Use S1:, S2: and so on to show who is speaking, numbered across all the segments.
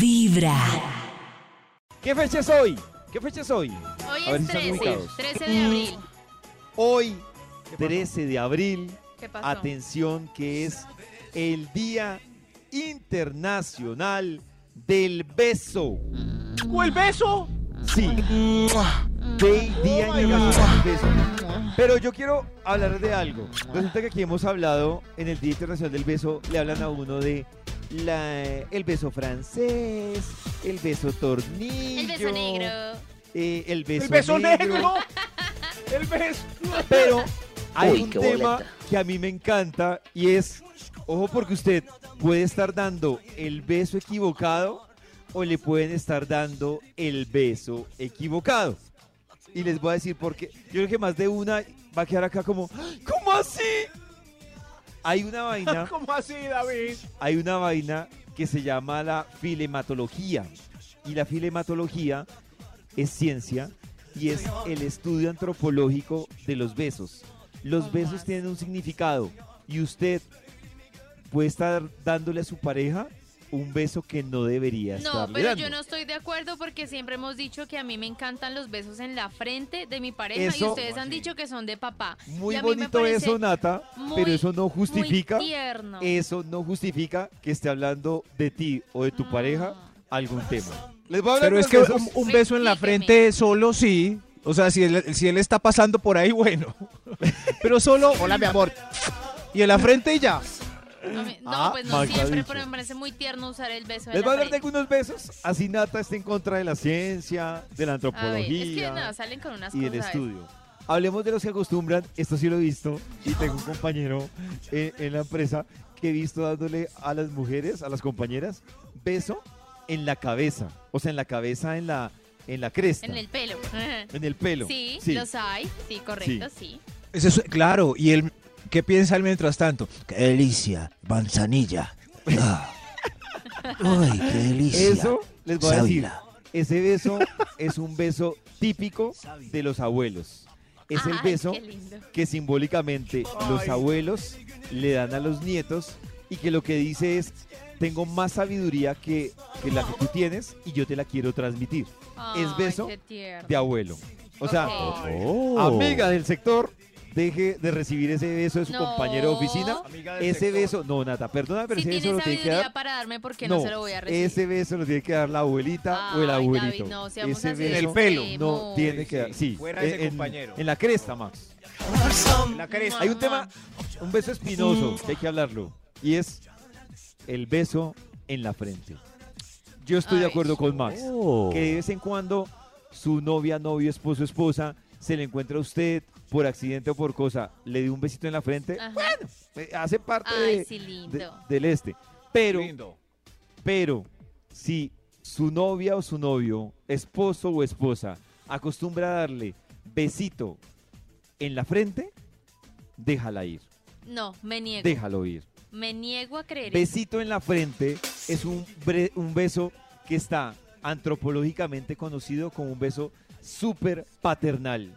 S1: Vibra.
S2: ¿Qué fecha es hoy? ¿Qué fecha es hoy?
S3: Hoy
S2: A ver si están
S3: es 13,
S2: ubicados.
S3: 13 de abril.
S2: Hoy, 13 de abril,
S3: ¿Qué pasó?
S2: atención que es el Día Internacional del Beso.
S4: ¿O el beso?
S2: Sí.
S3: Oh
S2: Day, Día Internacional del Beso. Pero yo quiero hablar de algo. Resulta que aquí hemos hablado en el Día Internacional del Beso, le hablan a uno de la, el beso francés, el beso tornillo.
S3: El beso negro.
S2: eh, el beso,
S4: ¿El beso negro? ¿El beso?
S2: Pero hay
S5: Uy,
S2: un
S5: qué
S2: tema
S5: boleta.
S2: que a mí me encanta y es, ojo porque usted puede estar dando el beso equivocado o le pueden estar dando el beso equivocado. Y les voy a decir porque yo creo que más de una va a quedar acá como, "¡Ah! ¿cómo así? Hay una vaina,
S4: ¿Cómo así, David?
S2: hay una vaina que se llama la filematología. Y la filematología es ciencia y es el estudio antropológico de los besos. Los besos tienen un significado y usted puede estar dándole a su pareja un beso que no debería
S3: No,
S2: estarle
S3: pero
S2: dando.
S3: yo no estoy de acuerdo porque siempre hemos dicho que a mí me encantan los besos en la frente de mi pareja y
S2: Eso-
S3: ustedes han dicho que son de papá.
S2: Muy
S3: y a mí me
S2: bonito
S3: parece
S2: eso, Nata,
S3: muy-
S2: pero eso no justifica,
S3: Muy tierno.
S2: eso no justifica que esté hablando de ti o de tu
S3: No.
S2: pareja algún tema. Les voy a hablar
S4: Pero
S2: de
S4: es
S2: los
S4: que
S2: besos.
S4: un, un beso en la frente solo sí. O sea, si él, si él está pasando por ahí, bueno. Pero solo, hola, mi amor. Y en la frente y ya.
S3: A mí- no,
S2: Ah,
S3: pues no
S2: mal
S3: siempre,
S2: dicho.
S3: pero me parece muy tierno usar el beso en
S2: Les
S3: la
S2: voy a hablar de
S3: frente.
S2: algunos besos. Así Nata está en contra de la ciencia, de la
S3: A ver, es que
S2: antropología
S3: nada, salen con unas
S2: y del
S3: cosas.
S2: estudio. Hablemos de los que acostumbran, esto sí lo he visto, y tengo un compañero eh, en, la empresa que he visto dándole a las mujeres, a las compañeras, beso en la cabeza. O sea, en la cabeza, en la, en la cresta,
S3: En el pelo.
S2: en el pelo.
S3: Sí, los hay. Sí, correcto, sí.
S4: Eso es- claro, y él, ¿qué piensa él mientras tanto?
S5: Qué delicia, manzanilla. Ah. Ay, qué delicia.
S2: Eso les voy a decir.
S5: Sábila.
S2: Ese beso es un beso típico de los abuelos. Es el
S3: Ay,
S2: beso
S3: qué lindo.
S2: que simbólicamente los
S4: Ay.
S2: abuelos le dan a los nietos y que lo que dice es, tengo más sabiduría que, que la que tú tienes y yo te la quiero transmitir
S3: Ay,
S2: beso
S3: qué tierno.
S2: de abuelo. O sea,
S3: Ok.
S4: Oh.
S2: amiga del sector, deje de recibir ese beso de su
S3: No.
S2: compañero de oficina. Ese beso, no, Nata, perdona, pero
S3: si
S2: ese
S3: tiene
S2: beso lo tiene que
S3: sabiduría
S2: dar...
S3: para darme, ¿por qué no, se lo voy a recibir?
S2: ese beso lo tiene que dar la abuelita o
S3: Ay,
S2: el
S3: David,
S2: abuelito.
S3: no, seamos
S2: ese
S3: así
S2: beso
S3: de
S4: El pelo.
S2: no
S3: extremos.
S2: tiene que dar. Sí,
S4: Fuera ese
S2: en- en-
S4: compañero.
S2: en la cresta, Max.
S4: La cresta.
S2: Hay un tema, un beso espinoso, que hay que hablarlo. Y es el beso en la frente. Yo estoy de
S3: Ay. Oh.
S2: acuerdo con Max. Que de vez en cuando su novia, novio, esposo, esposa, se le encuentra a usted por accidente o por cosa, le dio un besito en la frente,
S3: Ajá.
S2: eh, hace parte
S3: Ah. Ay,
S2: de-
S3: sí, lindo.
S2: de- del este. Pero,
S4: Lindo.
S2: pero, si su novia o su novio, esposo o esposa, acostumbra a darle besito en la frente, déjala ir.
S3: No, me niego.
S2: Déjalo ir.
S3: Me niego a creer. eso.
S2: Besito en la frente es un, bre- un beso que está antropológicamente conocido como un beso super paternal,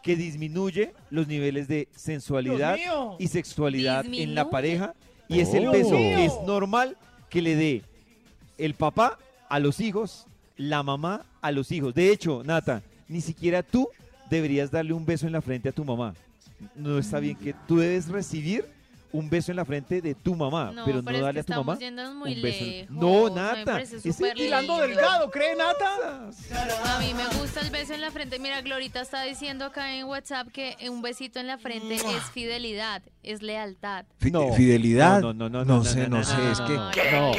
S2: que disminuye los niveles de sensualidad y sexualidad en la
S3: Disminuye.
S2: pareja. Y es el
S5: Oh.
S2: beso
S5: Dios
S2: que
S4: mío.
S2: es normal que le dé el papá a los hijos, la mamá a los hijos. De hecho, Nata, ni siquiera tú deberías darle un beso en la frente a tu mamá. No está bien que tú debes recibir un beso en la frente de tu mamá,
S3: No,
S2: pero no
S3: es que
S2: darle a tu
S3: estamos
S2: mamá.
S3: yéndonos muy
S2: un beso.
S3: lejos.
S2: No,
S3: Me
S2: Nata,
S3: parece
S2: ese
S3: súper
S4: Hilando
S3: lindo.
S4: delgado, ¿cree, Nata?
S3: A mí me gusta el beso en la frente. Mira, Glorita está diciendo acá en WhatsApp que un besito en la frente es fidelidad, es lealtad.
S5: Fi-
S2: No.
S5: Fidelidad.
S2: No, no, no, no, no,
S4: sé,
S2: no,
S4: no sé,
S3: no,
S4: es que-
S3: no,
S2: No,